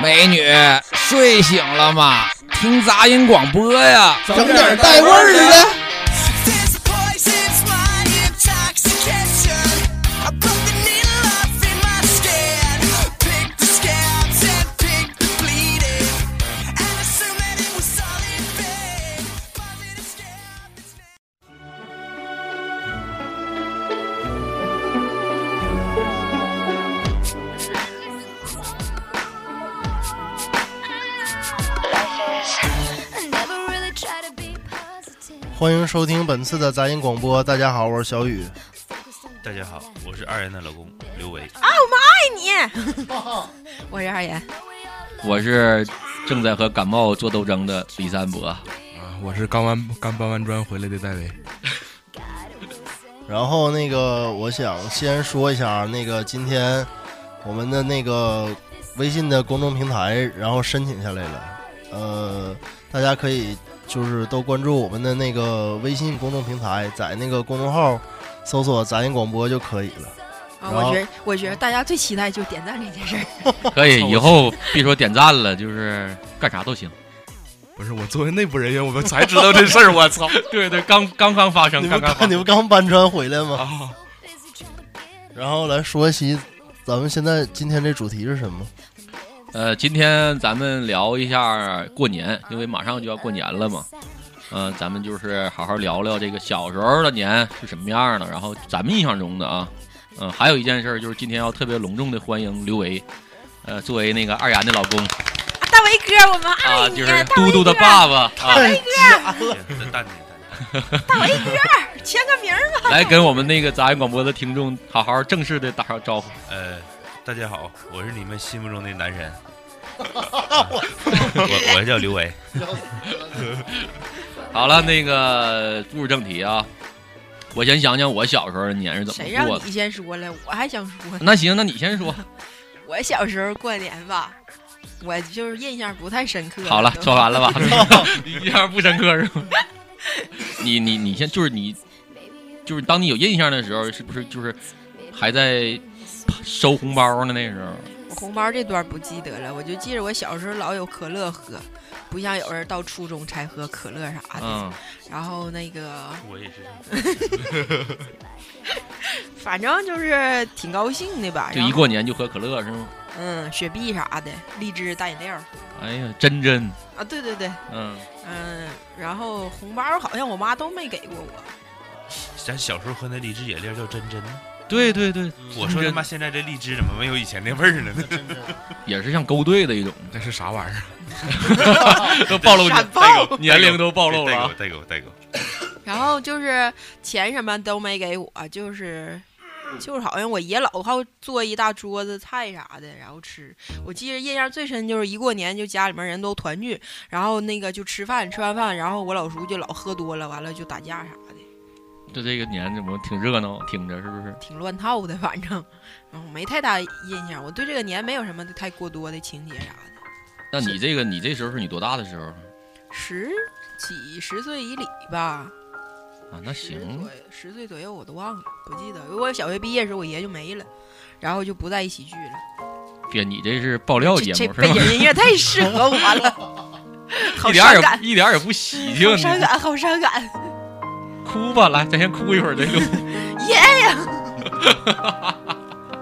美女，睡醒了吗？听杂音广播呀，整点带味儿的。 There's poison's my intoxication. I broke the needle off in my skin. Pick the scabs and pick the bleeding. And assume that it was all in vain. Buzzing a scab is 欢迎收听本次的杂音广播，大家好，我是小雨。大家好，我是二妍的老公刘维。我是二妍，我是正在和感冒做斗争的李三 伯，我是刚完刚搬完砖回来的戴维，然后那个，我想先说一下，那个今天我们的那个微信的公众平台，然后申请下来了。呃，大家可以就是都关注我们的那个微信公众平台，在那个公众号搜索“杂音广播”就可以了。啊，然后我觉得我觉得大家最期待就点赞这件事儿，可以以后别说点赞了，就是干啥都行。不是我作为内部人员，我们才知道这事儿，我操！ 对对，刚刚刚发生你们刚你们刚搬砖回来吗？啊，然后来说一期，咱们现在今天这主题是什么？呃，今天咱们聊一下过年，因为马上就要过年了嘛。嗯、咱们就是好好聊聊这个小时候的年是什么样的，然后咱们印象中的啊，嗯、还有一件事儿就是今天要特别隆重的欢迎刘维，呃，作为那个二丫的老公大维哥，我们啊，爱你，就是嘟嘟的爸爸啊，哎淡淡定，淡大维哥，签个名儿吧。来跟我们那个杂音广播的听众好好正式的打声招呼。定。呃，大家好，我是你们心目中的男 神。我我叫刘维，好了，那个步入正题啊，我先讲讲我小时候的年是怎谁么让过的。你先说了？我还想说呢。那行，那你先 说。我小时候过年吧，我就是印象不太深刻。好了，都说完了 吧？你印象不深刻是吗？你你你先就是你，就是当你有印象的时候，是不是就是还在收红包呢？那时候我红包这段不记得了，我就记着我小时候老有可乐喝，不像有人到初中才喝可乐啥的。嗯，然后那个，我也是。反正就是挺高兴的吧。就然一后过年就喝可乐是吗？嗯，雪碧啥的，荔枝大饮料哎呀，真真，啊，对对对，嗯，嗯，然后红包好像我妈都没给过我，咱小时候喝那荔枝饮料叫真真，对对对，我说他妈现在这荔枝怎么没有以前那味儿 了呢？也是像勾兑的一种，那是啥 玩意儿？都暴露闪年爆。年龄都暴露了代购啊。代购代购，然后就是钱什么都没给我，就是就是好像我爷老好做一大桌子菜啥的，然后吃。我记得印象最深就是一过年就家里面人都团聚，然后那个就吃饭，吃完饭然后我老叔就老喝多了，完了就打架啥的，就这个年怎么挺热闹，听着是不是？挺乱套的，反正嗯没太大印象。我对这个年没有什么太过多的情节啥的，那你这个你这时候是你多大的时候啊十几十岁以里吧。啊？那十行左，右，十岁左右我都忘了，不记得。我小学毕业的时候，我爷就没了，然后就不在一起聚了。别你这是爆料节这目是背景吧？音乐太适合我了， 好一点儿也伤感不，一点儿也不喜庆好，伤感，好伤感。你哭吧，来，咱先哭一会儿再录。爷爷，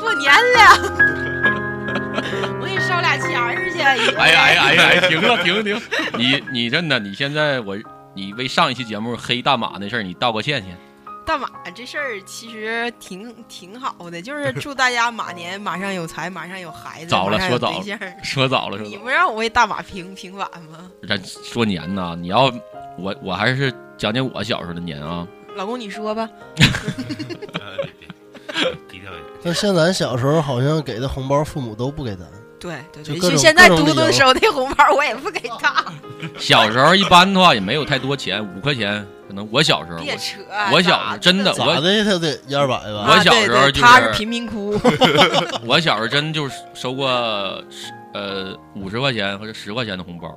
过年了， 我给你烧俩钱儿 去。哎呀哎呀哎呀哎呀， 停了停了停了！你你真的，你现在我你为上一期节目黑大马那事儿你道个歉先。大马这事儿其实挺挺好的，就是祝大家马年马上有财，马上有孩子，早了马上说有早对象儿。说早了说你早了，不让我为大马平平反吗？咱说年呐，你要我我还是讲讲我小时候的年啊。老公，你说吧。啊呃，别别，低调一点。但 像咱小时候好像给的红包，父母都不给咱。对对就对，各种现在各种嘟理由嘟收那红包，我也不给他。小时候一般的话也没有太多钱，五块钱可能我小时候别扯，我小时候真的咋的？他得一二百啊吧？我小时候就对对是他是贫民窟， 我小时候真就是收过十呃五十块钱或者十块钱的红包，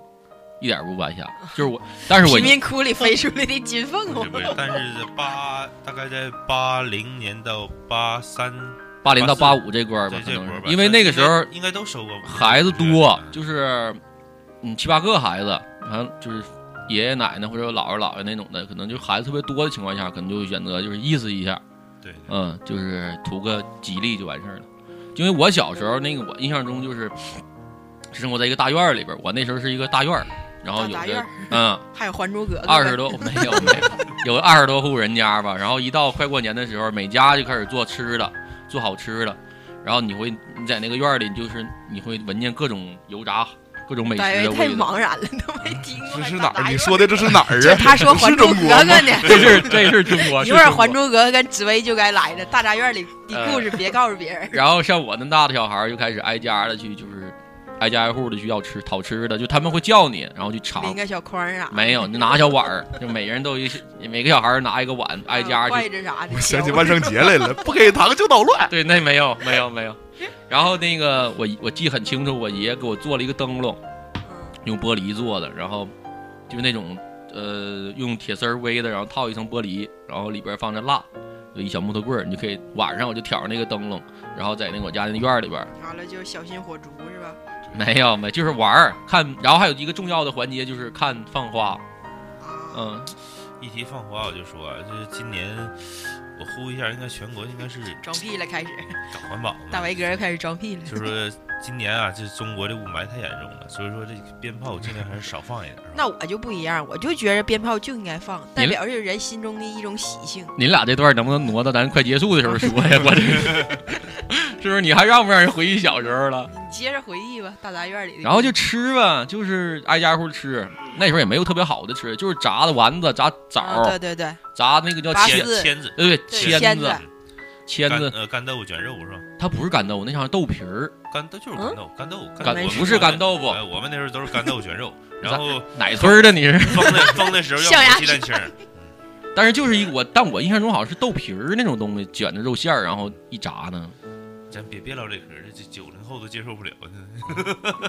一点儿不白瞎。就是我，但是我 贫民窟里飞出来的金凤 凰不是。不是，但是八大概在八零年到八三八零到八五这块儿吧对，可这能波是吧，因为那个时候应该应该都收过孩子多，就是是嗯七八个孩子，然后就是爷爷奶奶或者姥姥姥爷那种的，可能就孩子特别多的情况下，可能就选择就是意思一下，对，对嗯，就是图个吉利就完事儿了。因为我小时候那个，我印象中就是生活在一个大院儿里边儿，我那时候是一个大院儿，然后有大院着儿嗯还有《还珠格格》二十多没有没有，有二十多户人家吧。然后一到快过年的时候，每家就开始做吃的，做好吃的。然后你会你在那个院儿里，就是你会闻见各种油炸、各种美大食的爷太味道。茫然了，都没听过。这还是哪大儿？杂你院说的这是哪儿啊？他说《还是珠中格国格吗？》 呢。这是这啊是中国，一会儿是中国哎《还珠格格》跟紫薇就该来了，大杂院里的故事别告诉别人。然后像我那么大的小孩儿，就开始挨家的去，就是挨家挨户的去要吃讨吃的，就他们会叫你，然后去尝拎。个小筐啥，没有，你拿小碗儿，就每人都一每个小孩儿拿一个碗，挨家去嗯筷子啥的。我想起万圣节来了，不给糖就捣乱。对，那没有没有没有。嗯然后那个我我记很清楚，我爷爷给我做了一个灯笼，嗯用玻璃做的，然后就那种呃用铁丝儿围的，然后套一层玻璃，然后里边放着蜡，有一小木头棍儿，你就可以晚上我就挑着那个灯笼，然后在那个我家那院儿里边儿，嗯 完了就小心火烛是吧？没有没有就是玩儿看，然后还有一个重要的环节就是看放花，啊，嗯，一提放花，我就说啊，就是今年我呼一下，应该全国应该是装屁了开始，搞环保大嘛，白哥开始装屁了。就是说今年啊，这中国这雾霾太严重了，所以说这鞭炮尽量还是少放一点儿。那我就不一样，我就觉着鞭炮就应该放，代你表是人心中的一种喜庆。你俩这段能不能挪到咱快结束的时候说 呀？我这是不是你还让不让人回忆小时候了？你接着回忆吧，大杂院里的。然后就吃吧，就是挨家挨户吃。那时候也没有特别好的吃，就是炸的丸子、炸枣、啊，对对对，炸那个叫拔签，丝签签子、对对，对签签子子，签干子，呃干豆腐卷肉是吧？它不是干豆腐，那像是豆皮儿，干豆就是嗯干豆，干豆干豆不是干豆腐哎，我们那时候都是干豆腐卷肉， 然后哪村儿的你是？封的封的时候象要牙抹鸡蛋清儿，但是就是一个我，但我印象中好像是豆皮儿那种东西，卷着肉馅儿，然后一炸呢。咱别别唠这嗑儿，这九零后都接受不了。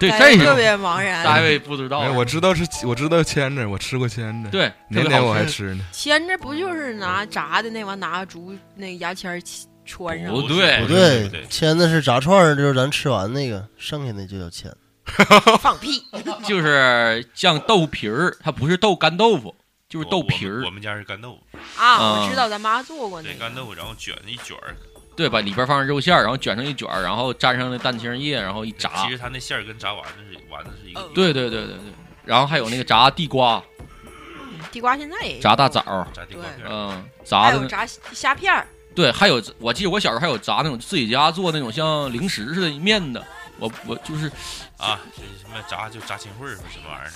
对，大爷这特是别茫大然。卫不知道啊哎，，我知道是，我知道签子，我吃过签子，哦对，特年别年我好还吃。吃呢。签子不就是拿炸的那玩意儿拿竹那个牙签儿穿上不吗？对不不对不对对，，签子是炸串儿，就是咱吃完那个，剩下那就叫签。放屁！就是像豆皮儿，它不是豆干豆腐，就是我豆我们皮儿我，们家是干豆腐，啊，嗯我知道咱妈做过那对个。干豆腐，然后卷一卷儿。对吧？里边放上肉馅儿，然后卷成一卷儿，然后沾上那蛋清液，然后一炸。其实它那馅儿跟炸丸子是丸子是一个嗯，对对对对对，然后还有那个炸地瓜、地瓜现在也有炸大枣儿，炸地瓜片嗯、儿。炸还的有那炸虾片儿，对，还有我记得我小时候还有炸那种自己家做那种像零食似的面的，我我就是啊，这是什么炸就炸秦桧儿吧什么玩意儿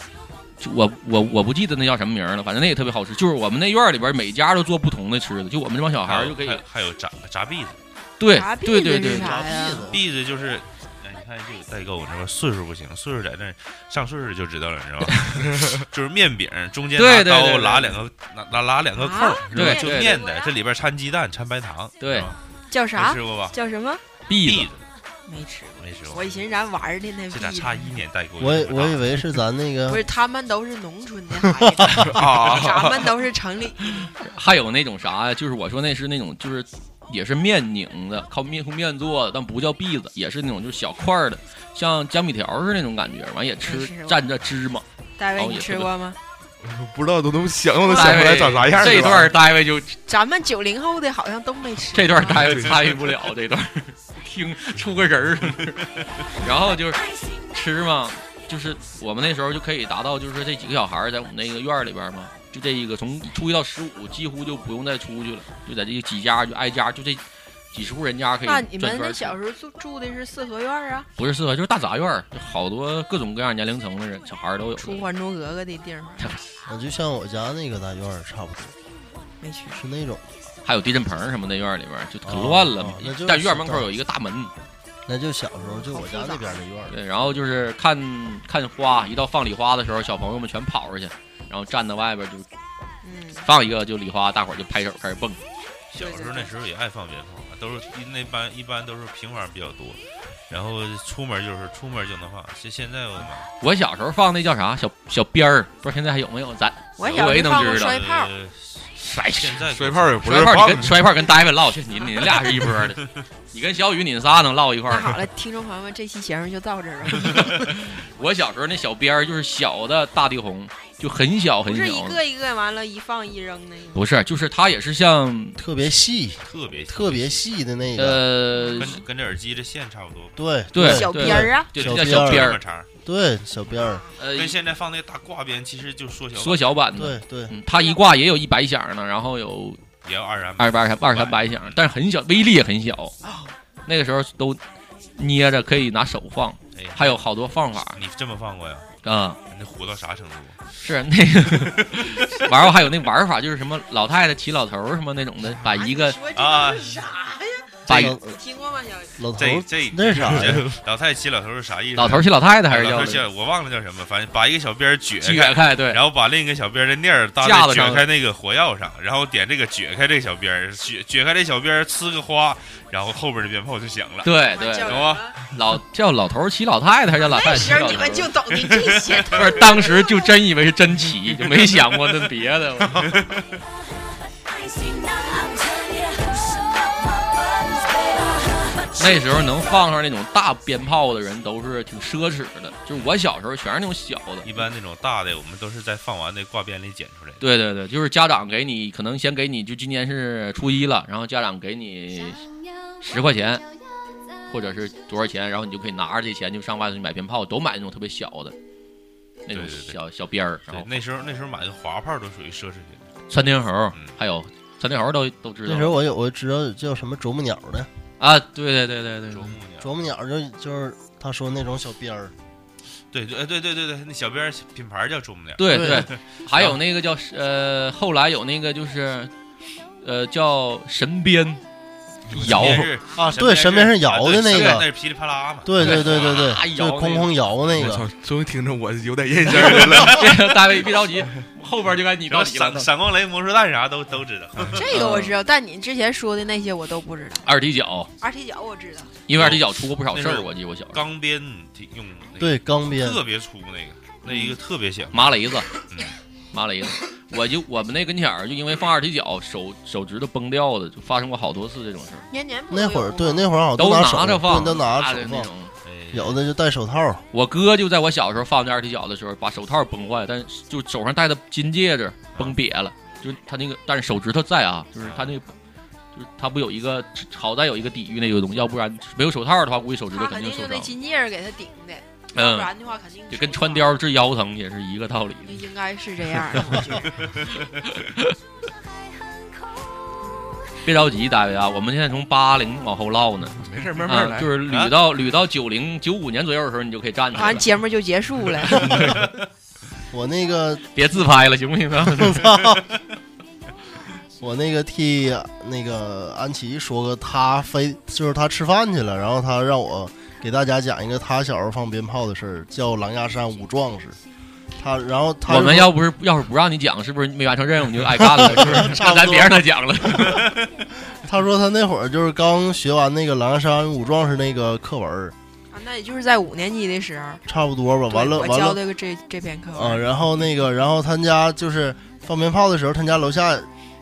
就我我我不记得那叫什么名儿了，反正那也特别好吃。就是我们那院儿里边每家都做不同的吃的，就我们这帮小的，孩还儿有就可以还有还有炸炸篦子，对炸篦对对子对是啥，呀？篦子就是。哎，你看就有代沟，你知道吧？岁数不行，岁数在那儿上岁数就知道了，你知道吧？ 就是面饼中间对对拿对刀对拉两个，拿拉拉两个扣儿啊，是吧对就对面的，这里边掺鸡蛋、掺白糖，对是吧叫没啥？吃过吧？叫什么？篦篦子子没吃过。没吃过，我寻思咱玩儿的那这咋币，差一年代沟？我这么大我 以为是咱那不个是他们都是农村的 孩子，咱啊，们都是 城里。还有那种啥呀？就是我说那是那种就是也是面拧的，靠面糊面做的，但不叫篦子，也是那种就是小块儿的，像江米条儿似的那种感觉，完也没吃吃过蘸着芝麻。大卫，哦你也吃是过吗？不知道都能想象都想大不出卫来长啥样儿。哎这是吧段儿大卫就咱们九零后的好像都没吃过。这段儿大卫参与不了，这段儿听出个人儿，然后就是吃嘛，就是我们那时候就可以达到，就是说这几个小孩儿在我们那个院儿里边儿嘛，就这一个从初一到十五几乎就不用再出去了，就在这个几家就挨家就这。几十户人家可以那转你圈儿们吃，那小时候住住的是四合院啊？不是四合，就是大杂院儿，就好多各种各样年龄层的人，小孩儿都有。出《还珠格格》的地儿吗？啊，就像我家那个大院儿差不多，没去。是那种，还有地震棚儿什么的院儿里边儿就可乱了哦哦那就，是但院门口有一个大门，那就小时候就我家那边的院儿。对，然后就是看看花，一到放礼花的时候，小朋友们全跑出去，然后站在外边就嗯，放一个就礼花，大伙儿就拍手开始蹦。小时候那时候也爱放鞭炮啊，都是那班一般都是平房比较多，然后出门就是出门就能放。现现在我妈我小时候放那叫啥小小鞭儿，不知道现在还有没有？咱我小小维时候能放过知道嗯摔炮，呃甩现在摔炮也不摔是炮棒你跟子，摔炮跟大卫唠去，你你俩是一波的，你跟小雨你仨能唠一块那儿好去。了，听众朋友们，这期节目就到这 儿了，我小时候那小鞭儿就是小的大地红，就很小不很是一小的，个一个完了，一放一扔那个。不是，就是它也是像特别细，特别小特别细的那个，呃，跟跟这耳机这线差不多，对对小鞭儿啊，就小叫鞭小儿鞭这么儿，长儿，对小鞭儿，呃，跟现在放那大挂鞭其实就缩小，缩小版的。对对，嗯，它一挂也有一百响呢，然后有也要二然二八、二三百响，但是很小，威力也很小。哦那个时候都捏着可以拿手放，哎呀，还有好多放法你这么放过呀？啊、你糊到啥程度？ 啊是那个玩儿还有那玩法就是什么老太太骑老头儿什么那种的，把一个哎你说这啊都是啥呀？把这个你听过吗，小雨？老头这儿这那是啥呀？老太骑老头是啥意思？老头儿骑老太太还哎是老叫头骑老，我忘了叫什么，反正把一个小鞭儿撅撅开对，然后把另一个小鞭儿的链儿搭架在子上撅开那个火药上，然后点这个撅开这个小鞭儿，撅撅开这小鞭儿呲个花，然后后边的鞭炮就响了。对叫什对，么？老叫老头儿骑老太太还是叫老太太骑媳儿老哎你头们就儿？懂你这 些。不是，当时就真以为是真骑，就没想过那别的。那时候能放上那种大鞭炮的人都是挺奢侈的，就是我小时候全是那种小的。一般那种大的，我们都是在放完那挂鞭里捡出来的。对对对，就是家长给你，可能先给你，就今年是初一了，然后家长给你十块钱，或者是多少钱，然后你就可以拿着这钱就上外头去买鞭炮，都买那种特别小的，那种对对对小小鞭儿，然对后，那时候那时候买的滑炮都属于奢侈品。窜天猴嗯，还有窜天猴都都知那时道候我有我知道叫什么啄木鸟的，啊，对对对对对啄对，木鸟，啄木鸟就就是他说那种小鞭儿，对对哎对对对对，那小鞭儿品牌叫啄木鸟，对对对，还有那个叫呃，后来有那个就是呃叫神鞭，摇神鞭是啊对神鞭是摇的啊那个对神鞭那是噼里啪啦嘛。对对对对对啊，摇就那是个哐哐摇那我个，哎操，终于听着我有点印象了。 大卫别着急，后边就该你然着后急了闪。闪光雷、魔术弹啥都都知道。嗯这个我知道，但你之前说的那些我都不知道。二踢脚，二踢脚我知道，因为二踢脚出过不少事儿，我记得我小时候。钢鞭挺用的那个，对钢鞭，特别粗那个，那一个特别响。麻雷子嗯，麻雷子，我就我们那跟前儿就因为放二踢脚，手手指头崩掉的，就发生过好多次这种事儿，年年不都那有会儿吗对那会儿好像都拿拿手着放，对都拿大着的手那放，种。哎有的就戴手套儿，我哥就在我小时候放那二踢脚的时候，把手套崩坏，但是就手上戴的金戒指崩瘪了，就是他那个，但是手指头在啊，就是他那个，就是他不有一个，好在有一个抵御那个东西，要不然没有手套的话，估计手指头他肯肯定定受就那伤。金戒指给他顶的，要不嗯，然的话肯定就跟受穿伤貂治腰疼也是一个道理。应该是这 样的，我觉得。别着急，大卫啊，我们现在从八零往后唠呢，没事，慢慢啊，来就。是捋到捋到九零九五年左右的时候，你就可以站起来完了，节目就结 束了。啊我那个别自拍了，行不行啊？我操！我那个替那个安琪说个，他非就是他吃饭去了，然后他让我给大家讲一个他小时候放鞭炮的事儿，叫狼牙山五壮士。他然后他我就们说要不是要是不让你讲，是不是没完成任务你就挨干了？是不是？差那不多咱别让他讲了。他说他那会儿就是刚学完那个狼牙山五壮士那个课文儿，啊那也就是在五年级的时候，差不多吧。对哦完了我完教了的个这这篇课文啊，然后那个，然后他家就是放鞭炮的时候，他家楼下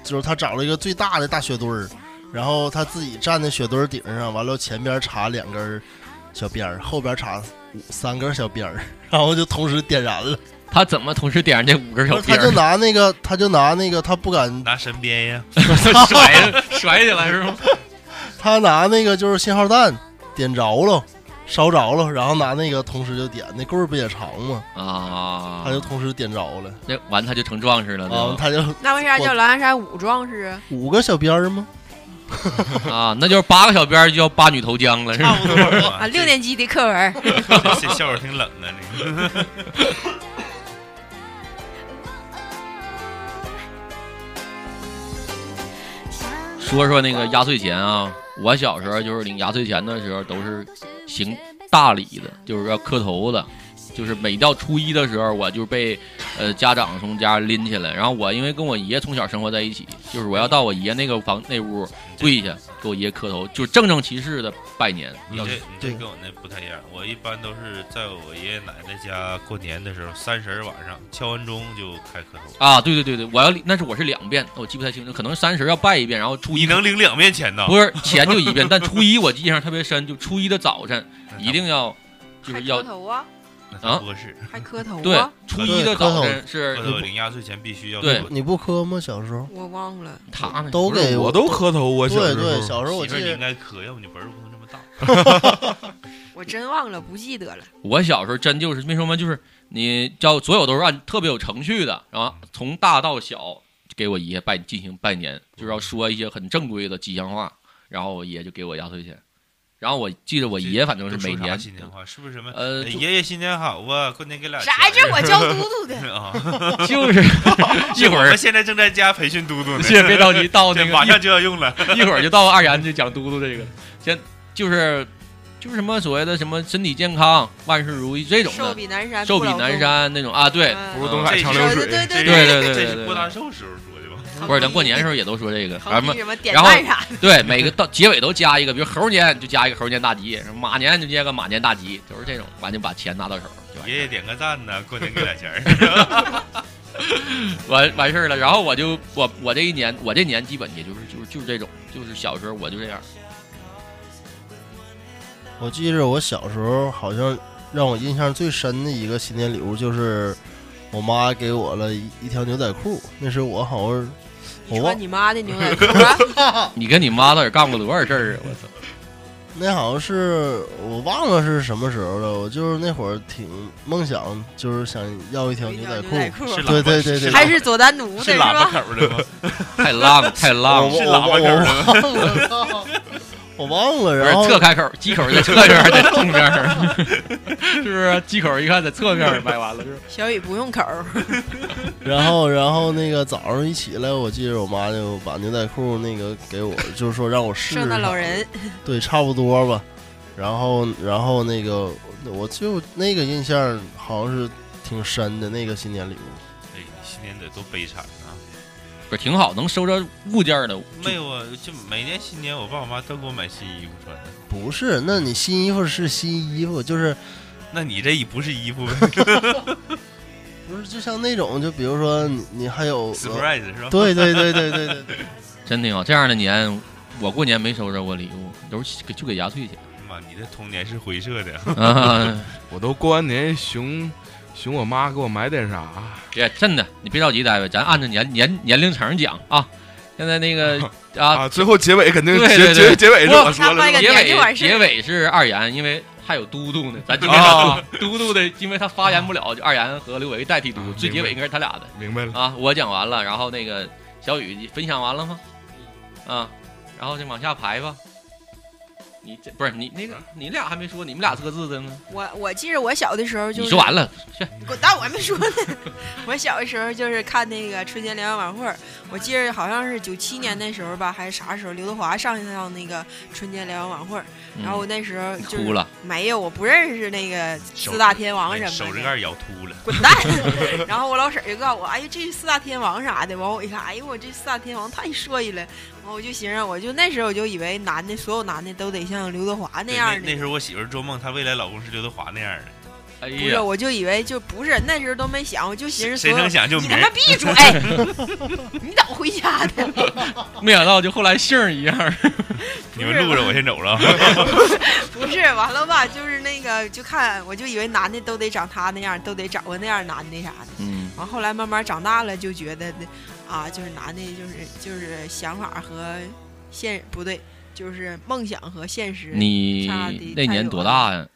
就是他找了一个最大的大雪堆儿，然后他自己站在雪堆儿顶上，完了前边插两根儿小鞭儿，后边插五三根儿小鞭儿，然后就同时点燃了。他怎么同时点上这五根小他鞭就儿？拿那个，他就拿那个，他不敢，拿神鞭呀， 甩甩起来是吗？他拿那个就是信号弹点着了，烧着了，然后拿那个同时就点，那棍儿不也长吗？啊，他就同时点着了，那完他就成壮士了，对啊，他就那为啥叫狼牙山五壮士啊？五个小鞭儿吗？吧？啊，那就是八个小鞭儿就要八女投江 了，是吧？不多啊，六年级的课文，这笑话挺冷的，那 个说说那个压岁钱啊，我小时候就是领压岁钱的时候都是行大礼的，就是要磕头的，就是每到初一的时候，我就被呃家长从家拎起来，然后我因为跟我爷从小生活在一起，就是我要到我爷那个房那屋跪下给我爷磕头，就正正其事的拜年。你要这你这跟我那不太一样，我一般都是在我爷爷奶奶家过年的时候，三十儿晚上敲完钟就开磕头。啊，对对对对，我要那是我是两遍，我记不太清楚，可能三十要拜一遍，然后初一你能领两面钱呢？不是前就一遍，但初一我印象特别深，就初一的早晨嗯一定要就还是要磕头啊，那他不合适，还磕头对啊，初一的早晨是磕头领压岁钱必须要对做的你不磕吗？小时候我忘了。他呢都不是给我都磕头，我小对时对，候小时候我媳妇记儿你应得该磕，要不你本儿不能这么大。我真忘了，不记得了。我小时候真就是没什么，就是你叫所有都是按特别有程序的，然后嗯从大到小给我爷拜进行拜年，就是要说一些很正规的吉祥话，然后我爷就给我压岁钱，然后我记得我爷反正是都说每啥年新年话是不是什么？呃哎就爷爷新年好啊，过年给俩啥呀？钱这我教嘟嘟的， 啊？就是 一会我儿们，现在正在家培训嘟嘟 呢，先别着 急，到那这个马上就要用了。一会儿就到二然就讲嘟嘟这个，先就是就是什么所谓的什么身体健康、万事如意这种寿的，比南山， 寿比南山那种啊，对，不不如老重。东海长流水。嗯对对这对对是对对这对是郭大寿时候说的吧？嗯不是咱过年时候也都说这个，横什批么什么点然后赞啥的，对每个到结尾都加一个，比如猴年就加一个猴年大吉，什么马年就加个马年大吉，都是这种，完就把钱拿到手就完爷爷点个赞呢，过年给俩钱儿。完完事儿了。然后我就我我这一年我这年基本也就是就是就是这种，就是小时候我就这样，我记着我小时候好像让我印象最深的一个新年礼物就是我妈给我了一一条牛仔裤，那时候我好像是你我穿忘你妈 的牛仔裤啊，哦你跟你妈到底干过多少事儿啊？我操！那好像是我忘了是什么时候了，我就是那会儿挺梦想，就是想要一条牛仔牛裤。仔裤 是喇叭对对对对还是佐丹奴的是是喇叭吧？口的吗？太浪了太我浪了，啊是喇叭口我我的吗？忘了，我忘了。不然后是侧开口，鸡口在侧面，在正面，是不是？鸡口一看在侧面掰完了，是小雨不用口儿，然后，然后那个早上一起来，我记着我妈就把牛仔裤那个给我，就是说让我试试。圣诞老人对，差不多吧。然后，然后那个我就那个印象好像是挺深的那个新年礼物。 哎，新年得多悲惨啊！不是挺好？能收着物件的，没有啊，就每年新年，我爸我妈都给我买新衣服穿的。不是，那你新衣服是新衣服，就是那你这不是衣服呗不是就像那种，就比如说你你还有、呃、 ？surprise 是吧？对对对对对对对， 真挺好。这样的年，我过年没收着过礼物，都是给就给压岁钱妈，你的童年是灰色的啊，啊。我都过完年熊熊我妈给我买点啥？啊别真的，你别着急，大卫，咱按照年年年龄层讲啊。现在那 个啊，啊，最后结尾肯定对结对对结结尾是我我说他了卖，个结年就尾完事儿结尾是二言，因为还有嘟嘟呢。咱今天啊嘟嘟的，因为他发言不了，就二言和刘维代替嘟嘟，啊最结尾应该是他俩的。明白了。啊，我讲完了，然后那个小雨你分享完了吗？啊，然后就往下排吧。你这不是你那个你俩还没说，你们俩各自的呢。 我我记着我小的时候就是你说完了，滚蛋！我还没说呢。 我小的时候就是看那个春节联欢晚会儿，我记着好像是九七年那时候吧，还是啥时候，刘德华上一趟那个春节联欢晚会儿，然后我那时候嗯就是哭了，没有，我不认识那个四大天王什么的，手指盖儿咬秃了。滚蛋！ 然后我老婶儿就告诉我，哎呀，这是四大天王啥的。完我一看，哎呦，我这四大天王太帅了。完我就寻思，我就那时候我就以为男的所有男的都得像刘德华那对样的，那时候我媳妇儿做梦，她未来老公是刘德华那样的。哎不是，呀，我就以为就不是，那时候都没想，我就寻思所谁有成想就你他明儿妈闭嘴！ 你咋回家的？ 没想到就后来姓儿一样。你们录着，我先走了啊。不是，完了吧？就是那个，就看，我就以为男的都得长他那样，都得找个那样男的啥的。嗯，完后来慢慢长大了，就觉得那啊，就是男的，就是就是想法和现不对，就是梦想和现实。你差的那年多大呀？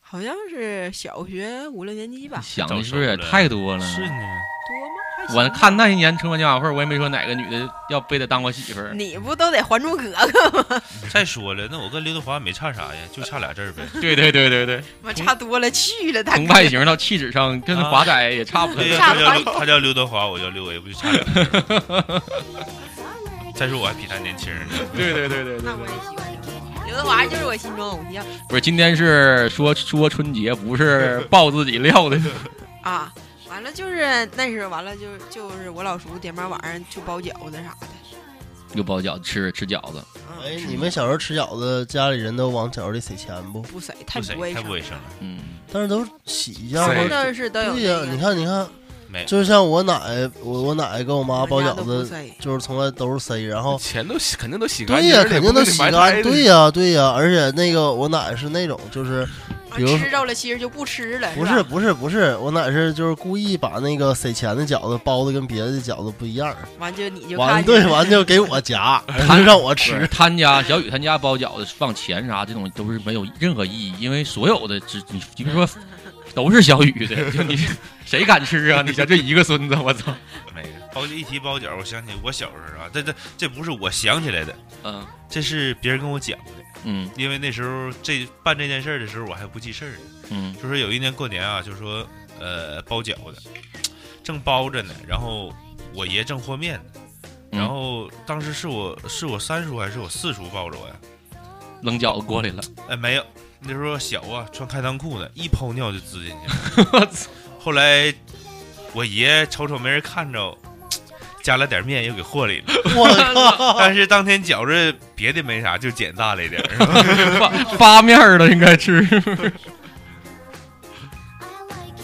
好像是小学五六年级吧你？想的是不是也太多了？ 是呢，多吗？还行我吧看那些年春晚晚会，我也没说哪个女的要被他当过媳妇儿。你不都得《还珠格 格》吗？ 再说了，那我跟刘德华没差啥呀，就差俩字儿呗。对对对对对，我差多了去了，大从哥。外形到气质上跟啊华仔也 差不多对。呀，差他不叫多刘他叫刘德华，我叫刘维，不就差俩字儿吗？再说我还比他年轻呢。对对对对对那我也喜欢刘德华就是我心中偶像不是，今天是说说春节，不 是爆自己料的。啊。完了就是那时候，完了就就是我老叔顶班晚上去包饺子啥的，又包饺子吃吃饺子，嗯哎，你们小时候吃饺子，家里人都往饺子里塞钱不？不塞，太不塞不卫太生了。不卫生了，嗯，但是都洗一下塞或真者。的是都有对那呀，个你看，你看，没就像我奶，我我奶给我妈我包们家饺都不子，塞就是从来都是塞，然后钱都洗肯定都洗干对净，呀，而且肯定都不是洗买干菜净，对呀，对呀，而且那个我奶是那种，就是啊比如吃着了，其实就不吃了。不是是吧，不是不是，我奶是就是故意把那个塞钱的饺子包的跟别的饺子不一样，完就你就完看对见完就给我夹，然后让我吃，他家小雨他家包饺子放钱啥这种都是没有任何意义，因为所有的只你你别说都是小雨的，就你 谁敢吃啊？你家这一个孙子，我操！没包一提包饺，我想起我小时候啊，这这这不是我想起来的，嗯这是别人跟我讲的。嗯因为那时候这办这件事儿的时候，我还不记事儿呢。嗯就说有一年过年啊，就说呃包饺子，正包着呢，然后我爷正和面呢，嗯然后当时是我是我三叔还是我四叔抱着我呀？扔饺子过来了，哎，没有，那时候小啊，穿开裆裤呢，一泡尿就滋进去了。 我操！后来我爷瞅瞅没人看着，加了点面又给和里了。我靠！ 但是当天觉着别的没啥，就捡大了一点儿。 发发面儿的应该吃，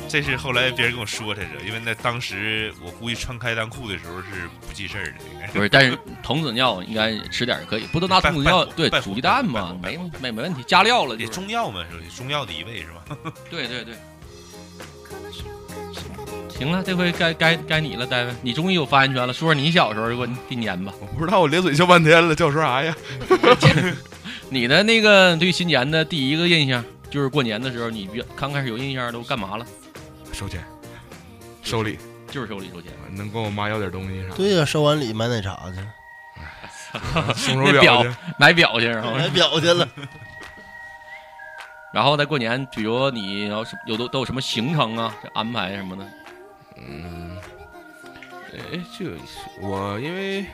这是后来别人跟我说才知道，因为那当时我估计穿开裆裤的时候是不记事儿的，应该是不是？但是童子尿应该吃点儿可以，不都拿童子尿对煮鸡蛋嘛，没没没问题，加料了也就是。中药嘛，是吧中药的一味是吧？对对对，行了，这回该该该你了，戴维，你终于有发言权了，说说你小时候给我的年吧，我不知道，我咧嘴笑半天了，叫我说啥呀？你的那个对新年的第一个印象，就是过年的时候，你比较刚开始有印象都干嘛了？收钱，收礼，就是收礼收钱，能管我妈要点东西啥？对呀，收完礼买奶茶去，送手那表去。买表去，然后买表去了。然后在过年，比如你要是有都都有什么行程啊，这安排什么的，嗯，哎，就我因为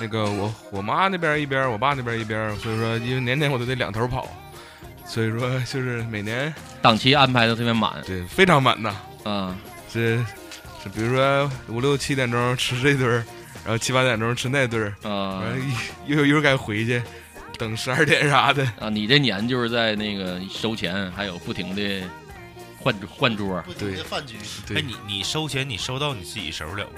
那个我我妈那边一边，我爸那边一边，所以说因为年年我都得两头跑，所以说就是每年档期安排的特别满对非常满呐。啊。这这比如说五六七点钟吃这顿儿，然后七八点钟吃那顿儿，啊完了一又一会儿该回去，等十二点啥的。啊！你这年就是在那个收钱，还有不停的换换桌。对饭局， 哎， 对，你你收钱，你收到你自己手了不？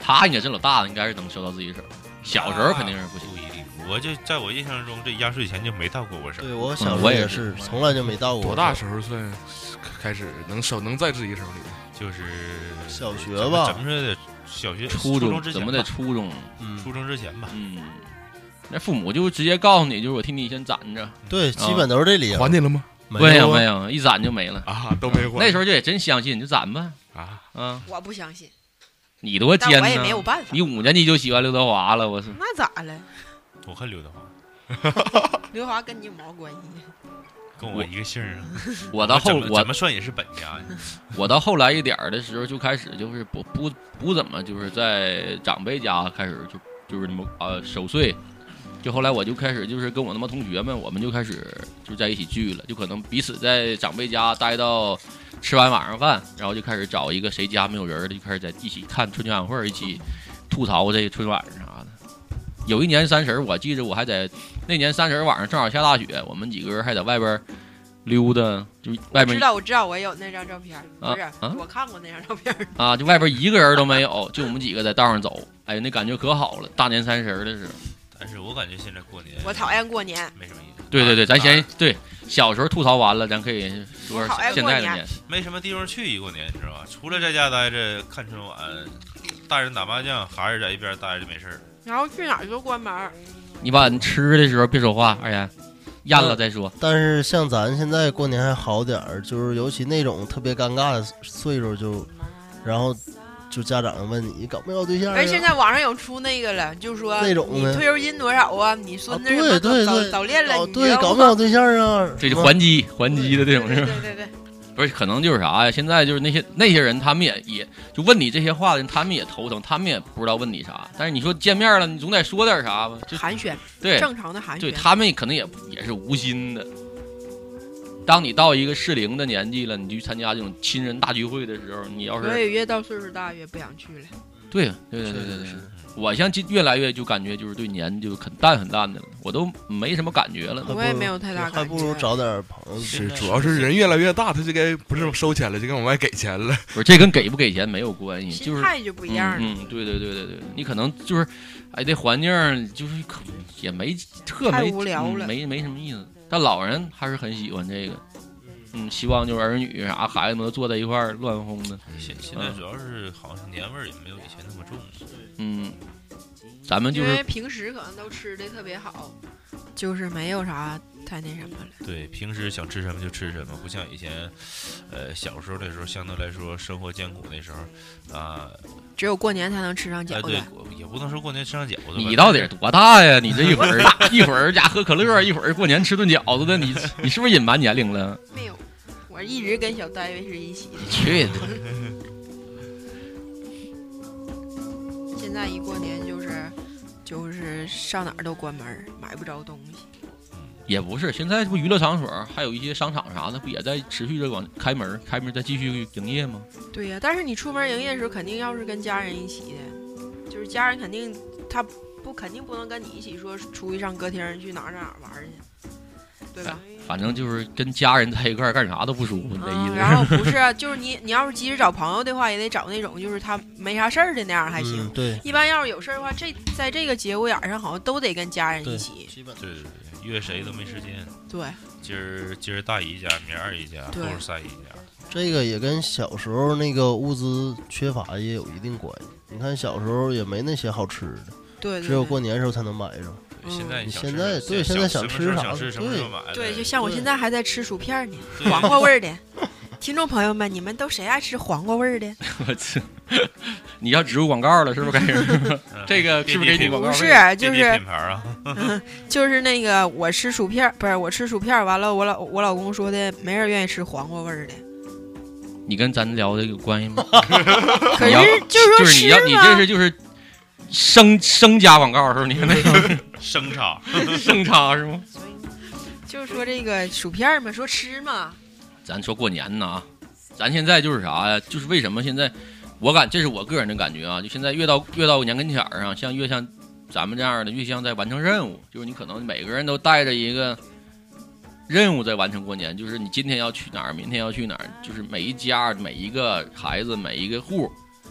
他应该是老大，应该是能收到自己手。小时候肯定是不行。不一定。我就在我印象中，这压岁钱就没到过我手。对我小时我候也也是是，从来就没到过。多大时候算开始能手能在自己手里？就是小学怎么吧怎么说的？小学、初中之怎前么得吧，初中？嗯，初中之前吧。嗯，那父母就直接告诉你，就是我替你先攒着。对，基本都是这理由。还你了吗？没有啊没有，一攒就没了。啊，都没还。那时候就也真相信，你就攒吧。啊，啊，我不相信，你多但尖我呢也没有办法你。五年级就喜欢刘德华了，我嗯是那咋了？我看刘德华刘华跟你有毛关系？跟我一个姓儿啊。我到后 怎么我怎么算也是本家。我到后来一点儿的时候，就开始就是不不不怎么就是在长辈家开始就就是那么呃守岁，就后来我就开始就是跟我他妈同学们，我们就开始就在一起聚了，就可能彼此在长辈家待到吃完晚上饭，然后就开始找一个谁家没有人儿的，就开始在一起看春节晚会儿，一起吐槽这春晚啥的。有一年三十儿，我记着我还在那年三十儿晚上正好下大雪，我们几个人还在外边儿溜达，就外面知道我知道，我有那张照片，不是、啊我看过那张照片，啊，就外边一个人都没有，就我们几个在道上走，哎，那感觉可好了，大年三十儿的时候。但是我感觉现在过年 我讨厌过年，没什么意思。对对对，咱哪先儿对小时候吐槽完了，咱可以说我讨说厌现过在的年年。没什么地方去一过年，你知道吧？除了在家待着看春晚，大人打麻将，孩儿在一边待着就没事儿。然后去哪儿都关门儿。你把你吃的时候别说话，二爷咽了再说。但是像咱现在过年还好点儿，就是尤其那种特别尴尬的岁数就，然后就家长问你你搞没有对象啊？哎，现在网上有出那个了，就说那种你的退休金多少啊？你啊孙子什么对对早对，早恋了，搞你哦对要搞没有对象啊？这就什么还击还击的这种对是对吧？ 对对，不是，可能就是啥呀？现在就是那些那些人，他们也也就问你这些话的人，他们也头疼，他们也不知道问你啥。但是你说见面了，你总得说点啥吧？ 就寒暄，对，正常的寒暄。对他们可能也也是无心的。当你到一个适龄的年纪了，你去参加这种亲人大聚会的时候，你要我是也越到岁数大越不想去了。对对对确对对实对是。我像今越来越就感觉就是对年就很淡很淡的了，我都没什么感觉了。还我也不没如有太大还感不如觉找点朋友。 是，主要是人越来越大，他就该不是收钱了，就该往外给钱了。不是这跟给不给钱没有关系，嗯就心是态就不一样了。嗯。嗯，对对对对对，你可能就是，哎，这环境儿就是可也没特太没无聊嗯了没没什么意思。但老人还是很喜欢这个，嗯，希望就是儿女啥孩子们都坐在一块儿乱哄的，现现在主要是好像是年味儿也没有以前那么重了，嗯，咱们就因是为平时可能都吃的特别好，就是没有啥太那什么了。对，平时想吃什么就吃什么，不像以前，呃，小时候的时候，相对来说生活艰苦那时候，啊、只有过年才能吃上饺哎，子对，，我也不能说过年吃上饺子吧，你到底多大呀？ 你这一会儿一会儿家喝可乐，一会儿过年吃顿饺子的，你你是不是隐瞒年龄了？没有。我一直跟小戴维是一起的，去，现在一过年就是就是上哪儿都关门儿，买不着东西。也不是，现在这不娱乐场所还有一些商场啥的，不也在持续的往开门，开门再继续营业吗？对呀、但是你出门营业的时候，肯定要是跟家人一起的，就是家人肯定他不肯定不能跟你一起说出去上歌厅去哪儿哪儿玩儿去，对吧？反正就是跟家人在一块儿干啥都不舒服，你这意嗯，思然是？后不是，就是你 你要是即使找朋友的话，也得找那种就是他没啥事儿的那样还行。嗯，对一般要是有事儿的话，这在这个节骨眼儿上好像都得跟家人一对起。基本对对对，约谁都没时间，对，今儿今儿大姨家，明儿二姨家，后对儿三姨家，这个也跟小时候那个物资缺乏也有一定关系。你看小时候也没那些好吃的，对对只有对过年时候才能买着。对现在嗯想现吃在什么对现在想什么吃时候啥想吃什么时候对买的，对，就像我对现在还在吃薯片儿呢，对黄瓜味儿的。 听众朋友们，你们都谁爱吃黄瓜味儿的？ 我操！你要植入广告了是不是？开 始嗯这个是不是给你广告不费是，就遍地是品牌啊， 就是那个，我吃薯片儿，不是我吃薯片儿，完了我老我老公说的，没人愿意吃黄瓜味儿 的。你跟咱聊的有关系吗？可你要是就是说就是你要你吗这是就是生生加广告的时候，你那个生 产。生插是吗？就是说这个薯片儿嘛，说吃嘛，咱说过年呢啊，咱现在就是啥呀？就是为什么现在我感这是我个人的感觉啊，就现在越到越到年跟前儿上，像越像咱们这样的，越像在完成任务。就是你可能每个人都带着一个任务在完成过年，就是你今天要去哪儿，明天要去哪儿，就是每一家、每一个孩子、每一个户、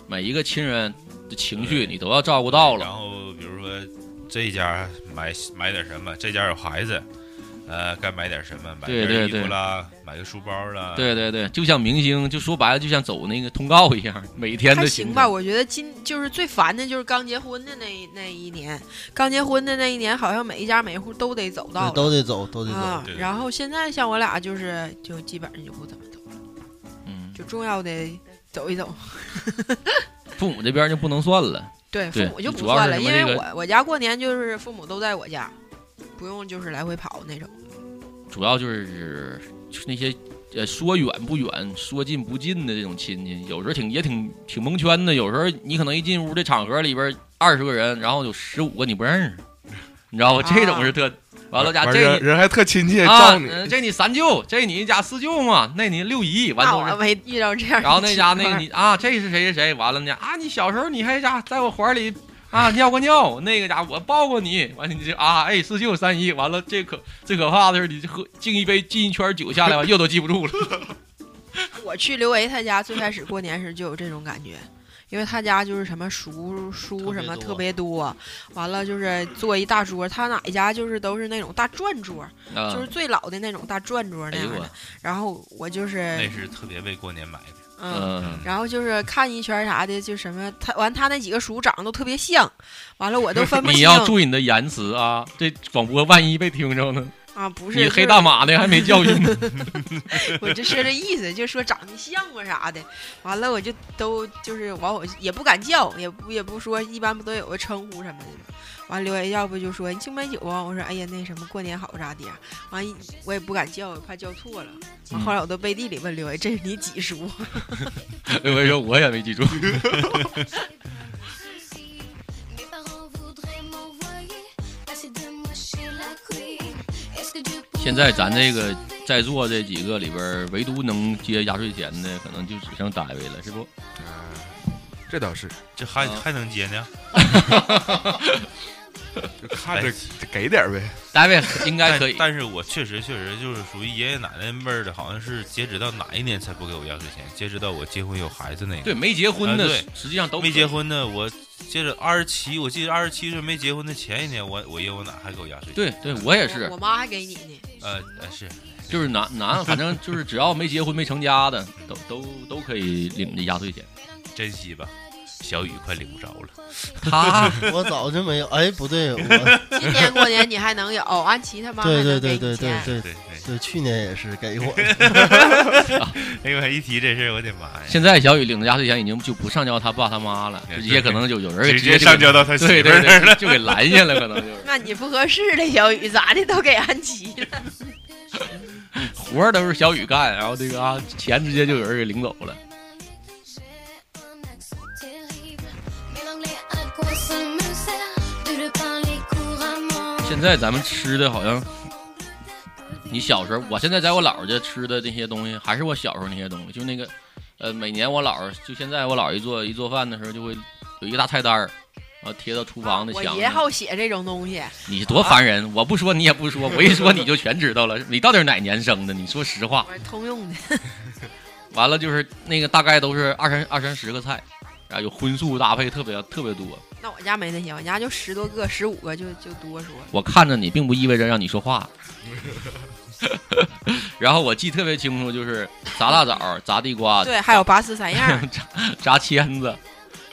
每一个亲人的情绪，对你都要照顾到然了。后比如说这家买买点什么，这家有孩子，呃，该买点什么，买对件对衣对服啦，买个书包啦，对对对，就像明星，就说白了，就像走那个通告一样，每天还的行行吧，程。我觉得今就是最烦的就是刚结婚的那一那一年，刚结婚的那一年，好像每一家每一户都得走到对，了都得走，都得啊走。对。对然后现在像我俩就是就基本上就不怎么走了，嗯，就重要的走一走。父母这边就不能算了。对，父对母就主不要算是了，什因么为这个我我家过年就是父母都在我家，不用就是来回跑那种。主要就是就是那些呃说远不远、说近不近的这种亲戚，有时候挺也挺挺蒙圈的。有时候你可能一进屋，这场合里边二十个人，然后有十五个你不认识，你知道吧？啊这种是特完了家完这人你人还特亲切，啊照你，呃这你三舅，这你家四舅嘛，那你六姨，完那都我是。没遇到这样的情况。然后那家那个你啊，这是谁谁谁，完了呢啊，你小时候你还家在我怀里啊尿过尿，那个家伙我抱过你，完了你就啊哎四舅三姨，完了这可最可怕的是你喝敬一杯敬一圈酒下来完又都记不住了，我去刘维他家，最开始过年时就有这种感觉，因为他家就是什么叔特叔别什么多特别多，完了就是坐一大桌，他哪一家就是都是那种大转桌， 啊就是最老的那种大转桌哎那呦样的。我然后我就是那是特别为过年买的，嗯。嗯然后就是看一圈啥的，就什么他完他那几个叔长得都特别像，完了我都分不你清要注意你的言辞啊，这广播万一被听着呢，啊，不是你黑就是大马的还没教训 呢，我就说这意思，就说长得像啊啥的。完了，我就都就是完，我也不敢叫，也不也不说，一般不都有个称呼什么的吗？完，刘爷要不就说你敬杯酒啊，我说哎呀那什么过年好啥的呀。完，我也不敢叫，我怕叫错了。嗯完，后来我都背地里问刘爷，这是你几叔？哎我说我也没记住， Mes parents voudraient m'envoyer passer de moi chez la queen. Est-ce que Dieu 现在咱这个在座这几 个里边儿，唯独能接压岁钱的，可能就只剩大卫了，是不？这倒是，这还嗯啊还能接呢？就看哎着就给点儿呗。大卫应该可以，但但是我确实确实就是属于爷爷奶奶辈儿的，好像是截止到哪一年才不给我压岁钱，截止到我结婚有孩子那个。对没结婚的啊对实际上都可以没结，婚的，我接着二十七，我记得二十七岁没结婚的前一年，我我爷我奶还给我压岁钱。对对，我也是我，妈还给你呢。呃呃是，就是男男，反正就是只要没结婚没成家的，都都都可以领这压岁钱。珍惜吧。小雨快领不着 了， 他我早就没有。哎，不对，我 今年过年你还能有，安琪他妈还对对能给对你对对钱对对对， 对，去年也是给我。哎呦，一提这事儿，我的妈呀！现在小雨领的压岁钱已经就不上交他爸他妈了，直接可能就有人给直接就给上交到他媳对妇对儿那儿对，了。就给拦下了，可能就是那你不合适了，小雨咋的都给安琪了。活儿都是小雨干，然后这个啊钱直接就有人给领走了。 Un accent terrible, mais l'anglais à quoi ça me sert de le parler couramment 现在咱们吃的好像，你小时候，我现在在我姥姥家吃的那些东西，还是我小时候那些东西，就那个，呃，每年我姥儿就现在我姥儿一做一做饭的时候，就会有一个大菜单儿，然后贴到厨房的我墙爷上。好写这种东西，你多烦人！我不说你也不说，我一说你就全知道了。你到底是哪年生的？你说实话。我是通用的。完了就是那个大概都是二三二三十个菜，然后有荤素搭配，特别特别多。那我家没那些，我家就十多个、十五个就就多说了。我看着你，并不意味着让你说话。 然后我记特别清楚，就是炸大枣、炸地瓜、对，还有八四三样儿，炸签子，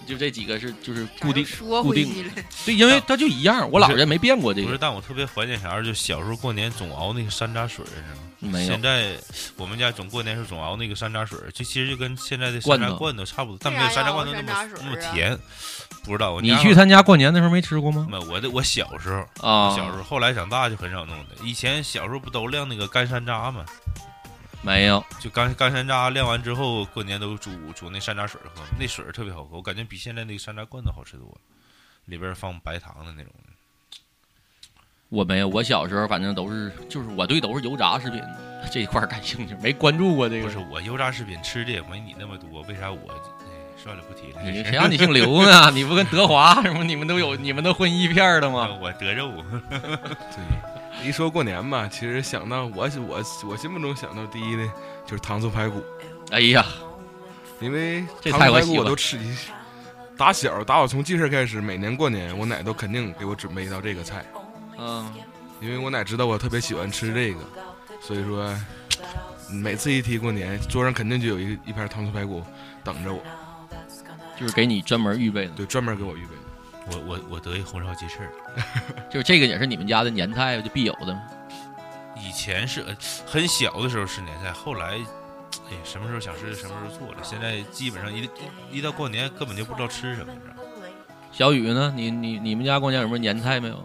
就这几个是就是固定咋又。说固回定去了。对，因为它就一样，我姥爷没变过这不是，个。但我特别怀念啥，就小时候过年总熬那个山楂水儿，你知道吗？没有现，在我们家总过年时候总熬那个山楂水儿，就其实就跟现在的山罐楂头罐头差不多，但为没啥有山楂要罐头熬那么、山楂水那么儿啊甜。不知道我你家去他家过年的时候没吃过吗？没有我的我小时候，啊，小时候后来长大就很少弄的。以前小时候不都晾那个干山楂吗？没有，就干干山楂晾完之后，过年都煮煮那山楂水儿喝，那水儿特别好喝，我感觉比现在那个山楂罐头好吃多了，里边儿放白糖的那种。我没有。我小时候反正都是，就是我对都是油炸食品这一块儿感兴趣，没关注过这不个是。我油炸食品吃的也没你那么多，为啥我？哎，算了，不提了。你这谁事儿让你姓刘呢？ 你不跟德华什么你们都有，你们都混一片儿的吗？我得肉。 对，一说过年吧，其实想到我我我心目中想到第一呢，就是糖醋排骨，哎呀，因为这糖太醋恶排骨心我了都吃。打小打我从记事开始，每年过年我奶都肯定给我准备一道这个菜，嗯，因为我奶知道我特别喜欢吃这个，所以说每次一提过年，桌上肯定就有一一盘糖醋排骨等着我，就是给你专门预备的。对，专门给我预备的。我我我得一红烧鸡翅儿，就是这个也是你们家的年菜就必有的吗以前是呃很小的时候是年菜，后来，哎，什么时候想吃就什么时候做了。现在基本上一一一到过年根本就不知道吃什么，你知道吗？小雨呢？你你你们家过年有什么年菜没 有？啊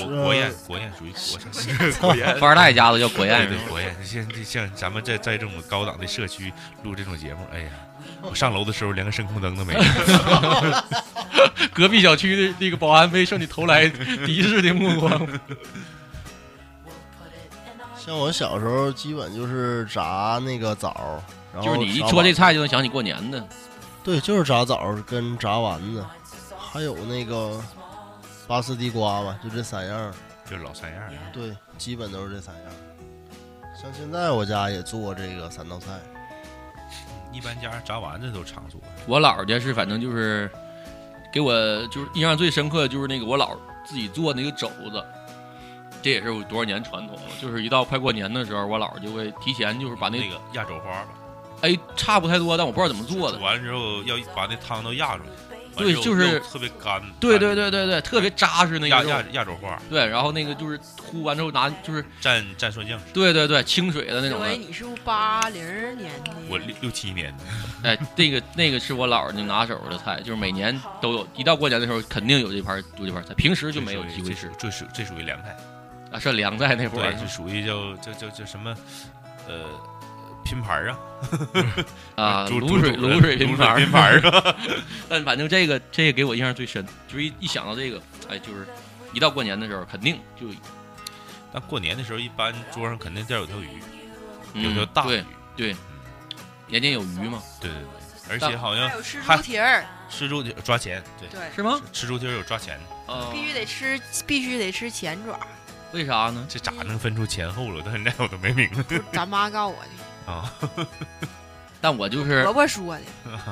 国国宴国宴属于国菜，过年富二代家都叫国对宴对国宴。现在像咱们在在这种高档的社区录这种节目，哎呀，我上楼的时候连个声控灯都 没有。隔壁小区的那个保安被向你投来敌视的目 光。像我小时候，基本就是炸那个枣儿，然后就是你一炸说这丸子菜就能想起过年的，对，就是炸枣儿跟炸丸子，还有那个巴斯地瓜吧，就这三样儿。就老三样儿，对，基本都是这三样儿。像现在我家也做这个三道菜，一般家炸丸子都常做。我姥儿家是反正就是给我就是印象最深刻的就是那个我姥儿自己做那个肘子，这也是我多少年传统了。就是一到快过年的时候，我姥儿就会提前就是把那那个压肘花吧，哎差不太多，但我不知道怎么做的。完了之后要把那汤都压出去，完对之后就是肉特别干。对对对对对，特别扎实那压个压肉。压肘花，对，然后那个就是烀完之后拿就是蘸蘸蒜酱。对对对，清水的那因种的为。你是不是八零年的？我六六七年的，哎，那个那个是我姥儿的拿手的菜，就是每年都有，一到过年的时候肯定有这盘有这盘菜，平时就没有机会吃这属于这属于凉菜，啊。是凉菜那波对，儿就属于叫叫叫叫什么，呃，拼盘儿啊，啊，煮卤水煮煮的卤水卤拼盘拼盘儿。儿啊， 但反正这个这个给我印象最深，就是一一想到这个，哎，就是一到过年的时候肯定就但过年的时候，一般桌上肯定得有条鱼，嗯有条大鱼对，，年年有余嘛。对对对，而且好像还有吃猪还蹄儿，吃猪蹄抓钱，对，对，是吗？吃猪蹄儿有抓钱的，啊，必须得吃，必须得吃前爪。为啥呢？这咋能分出前后了？到现在我都没明白 咱妈告诉我的，啊。但我就是婆，婆说的。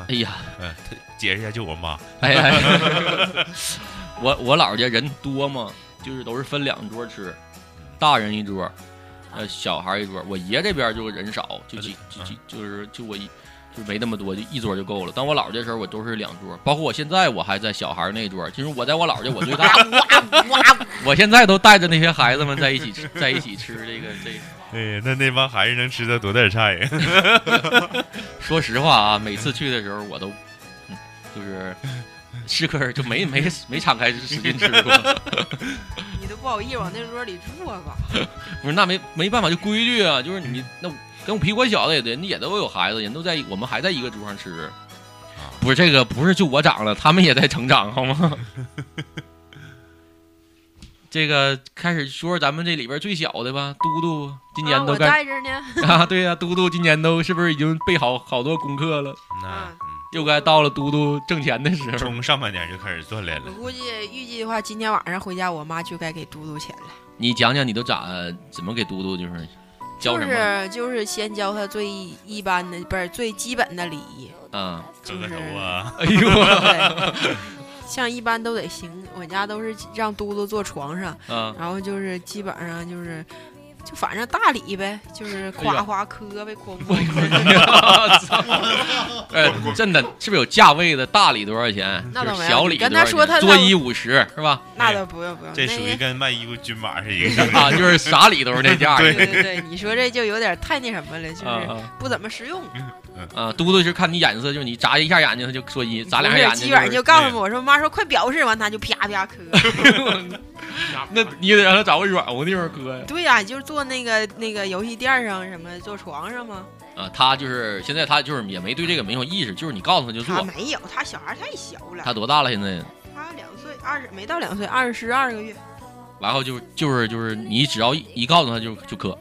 哎呀，嗯，他解释一下，就我妈，哎呀，哎 我我姥儿家人多嘛，就是都是分两桌吃，大人一桌，呃，小孩一桌。我爷这边就人少，就几几几，就是就我一就没那么多，就一桌就够了。但我姥儿家时候，我都是两桌，包括我现在我还在小孩儿那桌，就是我在我姥儿家我最大， 我现在都带着那些孩子们在一起吃，在一起吃这个这。哎呀，那那帮孩子能吃到多点菜呀？ 说实话啊，每次去的时候我都，嗯就是 吃客就没没没敞开使劲吃过。你都不好意思往那桌里坐吧？不是，那没没办法，就规矩啊，就是你那跟我比我小的也得，人家也都有孩子，人都在我们还在一个桌上吃。不是这个，不是就我长了，他们也在成长，好吗？这个开始说说咱们这里边最小的吧，嘟嘟今啊年都我干带着 呢。啊对呀、嘟嘟今年都是不是已经备好好多功课了？那啊嗯又该到了嘟嘟挣钱的时候。从上半年就开始锻炼我了，估计预计的话，今天晚上回家，我妈就该给嘟嘟钱了。你讲讲你都咋怎么给嘟嘟就是教就什么是就是先教她最一般的，不是最基本的礼 仪。 啊？磕个头啊，哎呦，对，像一般都得行，我家都是让嘟嘟坐床上，啊，然后就是基本上就是。就反正大礼呗，就是哎呀夸夸磕呗， 哐我哐我操！ 哎，真的是不是有价位的？大礼多少钱？那就是倒没有小礼你跟多少他说钱他作那揖五十是 吧？ 那倒不用不用，这那属于也跟卖衣服均码是一个啊，就是啥礼都是这价儿。对对对，你说这就有点太那什么了，就啊是不怎么实用。啊！嘟嘟是看你眼色，就是你眨一下眼睛，他就说一；眨两下不是眼睛基本上就就告诉我说，妈说快表示，完他就啪 啪磕。是。那你也得让他找个软乎地方搁呀。对呀、就是坐那个那个游戏垫上什么，坐床上嘛。啊，他就是现在他就是也没对这个没有意识，就是你告诉他就他做。啊没有，他小孩太小了，他多大了现在？他两岁二十没到两岁，二十二个月，然后就就是就是你只要一一告诉他就就磕。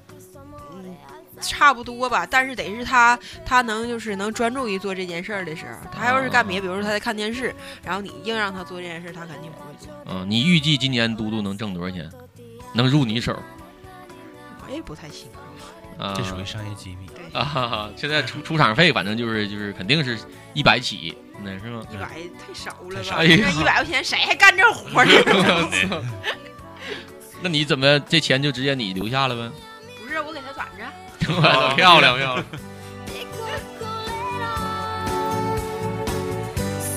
嗯，差不多吧。但是得是他他能就是能专注于做这件事儿的时候，他要是干啊别，比如说他在看电视，然后你硬让他做这件事，他肯定不会做。嗯，你预计今年嘟嘟能挣多少钱？能入你手？我也不太行，啊，这属于商业机密。对， 啊，哈哈，现在出出场费反正就是就是肯定是一百起，那是吗？一百太少了太吧？少了这一百块钱谁还干这活儿呢？ 那你怎么这钱就直接你留下了呗？不是，我给他攒着。哦漂亮漂亮！ Te coccolerò.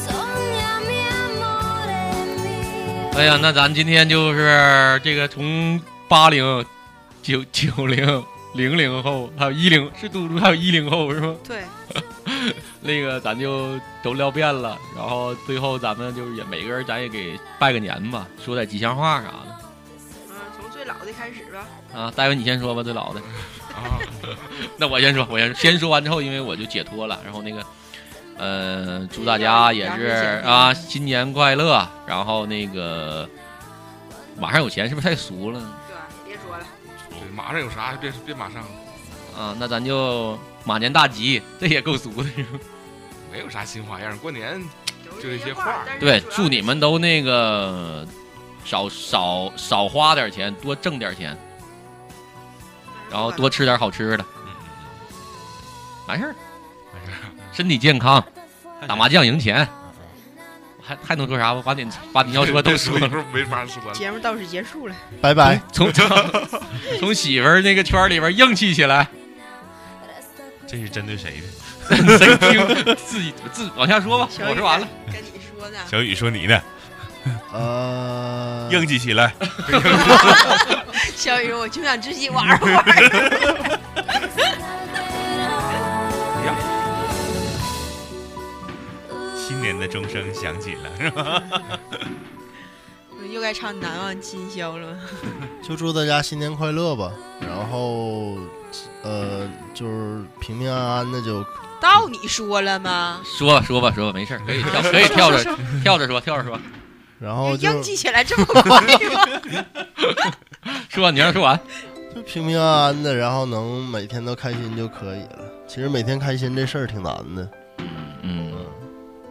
Sogna mi amore mio. 哎呀，那咱今天就是这个从八零、九九零、零零后，还有一零是嘟嘟，还有一零后是吗？对，那个咱就都聊遍了，然后最后咱们就是也每个人咱也给拜个年吧，说点吉祥话啥的嗯，从最老的开始吧。啊。戴文你先说吧，最老的。 啊， 那我先说，我先先说完之后，因为我就解脱了，然后那个，呃，祝大家也是啊，新年快乐，然后那个。马上有钱是不是太俗了对，别说了，对，马上有啥别别马上，啊？那咱就马年大吉，这也够俗的。是吧没有啥新花样，过年有就这些话话儿。但是对主，要 祝你们都那个少少少花点钱，多挣点钱，然后多吃点好吃的，嗯完事儿，身体健康，打麻将赢钱，还还能说啥？把 你把你要说 都说了。没法说了。节目到此结束了。拜拜。 从从从媳妇儿那个圈儿里边硬气起来， 这是针对谁的？谁听自己自往下说吧，小我雨说完了。跟你说呢，小雨说你呢，嗯呃，硬气起来。 小雨说我就想自己玩儿会儿。啊新年的钟声响起了， 是吧？ 又该唱《难忘今宵》了吗？就祝大家新年快乐吧。然后，呃，就是平平安安的就到你说了吗？说吧说吧说吧，没事儿，可以 跳可以跳说着跳着说跳着说，然后哦就硬记起来这么快吗？说完你让他说完。就平平安安的，啊然后能每天都开心就可以了。其实每天开心这事儿挺难的，嗯，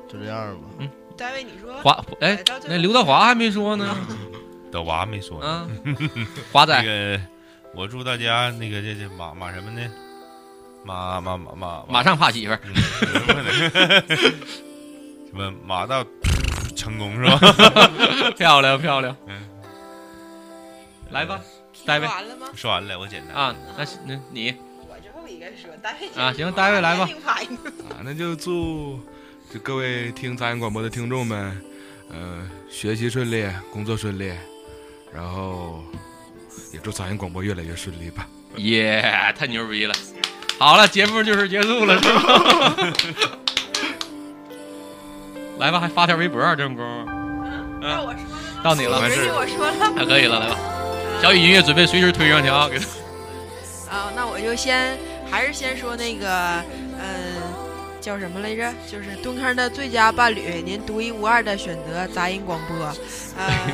就这样吧。大卫，你说华哎，那刘德华还没说呢，的娃没说呢。 啊，华嗯那仔，个，我祝大家那个这这马马什么呢？马马马马 马上怕媳妇儿，嗯不可能 什么马到成功是吧？ 漂亮漂亮嗯，来吧，大说卫完了吗？说完了，我简单啊，那是那你我最后一个说，大卫啊行大卫来吧另外一个啊，那就祝就各位听杂音广播的听众们，呃，学习顺利，工作顺利，然后也祝杂音广播越来越顺利吧。耶，太牛逼了。好了，节目就是结束了，是吗？ 来吧，还发条微博，这种功夫那我说了吗，嗯到你了，不是我说了。还可以了，来吧。小雨音乐准备随时推上去啊， 给他啊，那我就先还是先说那个，嗯、叫什么来着？就是蹲坑的最佳伴侣，您独一无二的选择，杂音广播。呃，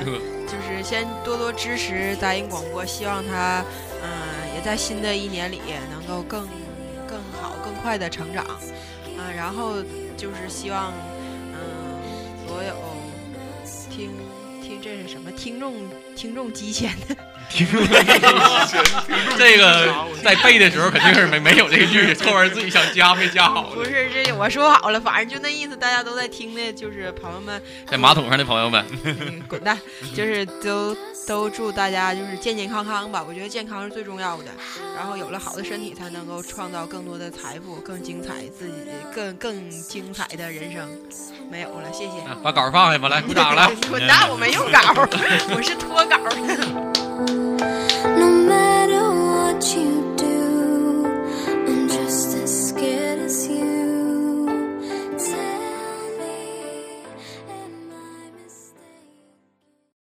就是先多多支持杂音广播，希望它，嗯、也在新的一年里能够更更好、更快的成长。嗯、然后就是希望，嗯、所有听听这是什么听众听众机前的。这个在背的时候肯定是没没有这个句，后边自己想加没加好不的。是这我说好了，反正就那意思，大家都在听的，就是朋友们，在马桶上的朋友们，嗯滚 蛋，就是都都祝大家就是健健康康吧。我觉得健康是最重要的，然后有了好的身体，才能够创造更多的财富，更精彩自己，更更精彩的人生。没有了，谢谢。啊 把稿放下吧，来鼓掌来。 滚蛋，我没用稿儿，我是脱稿儿的。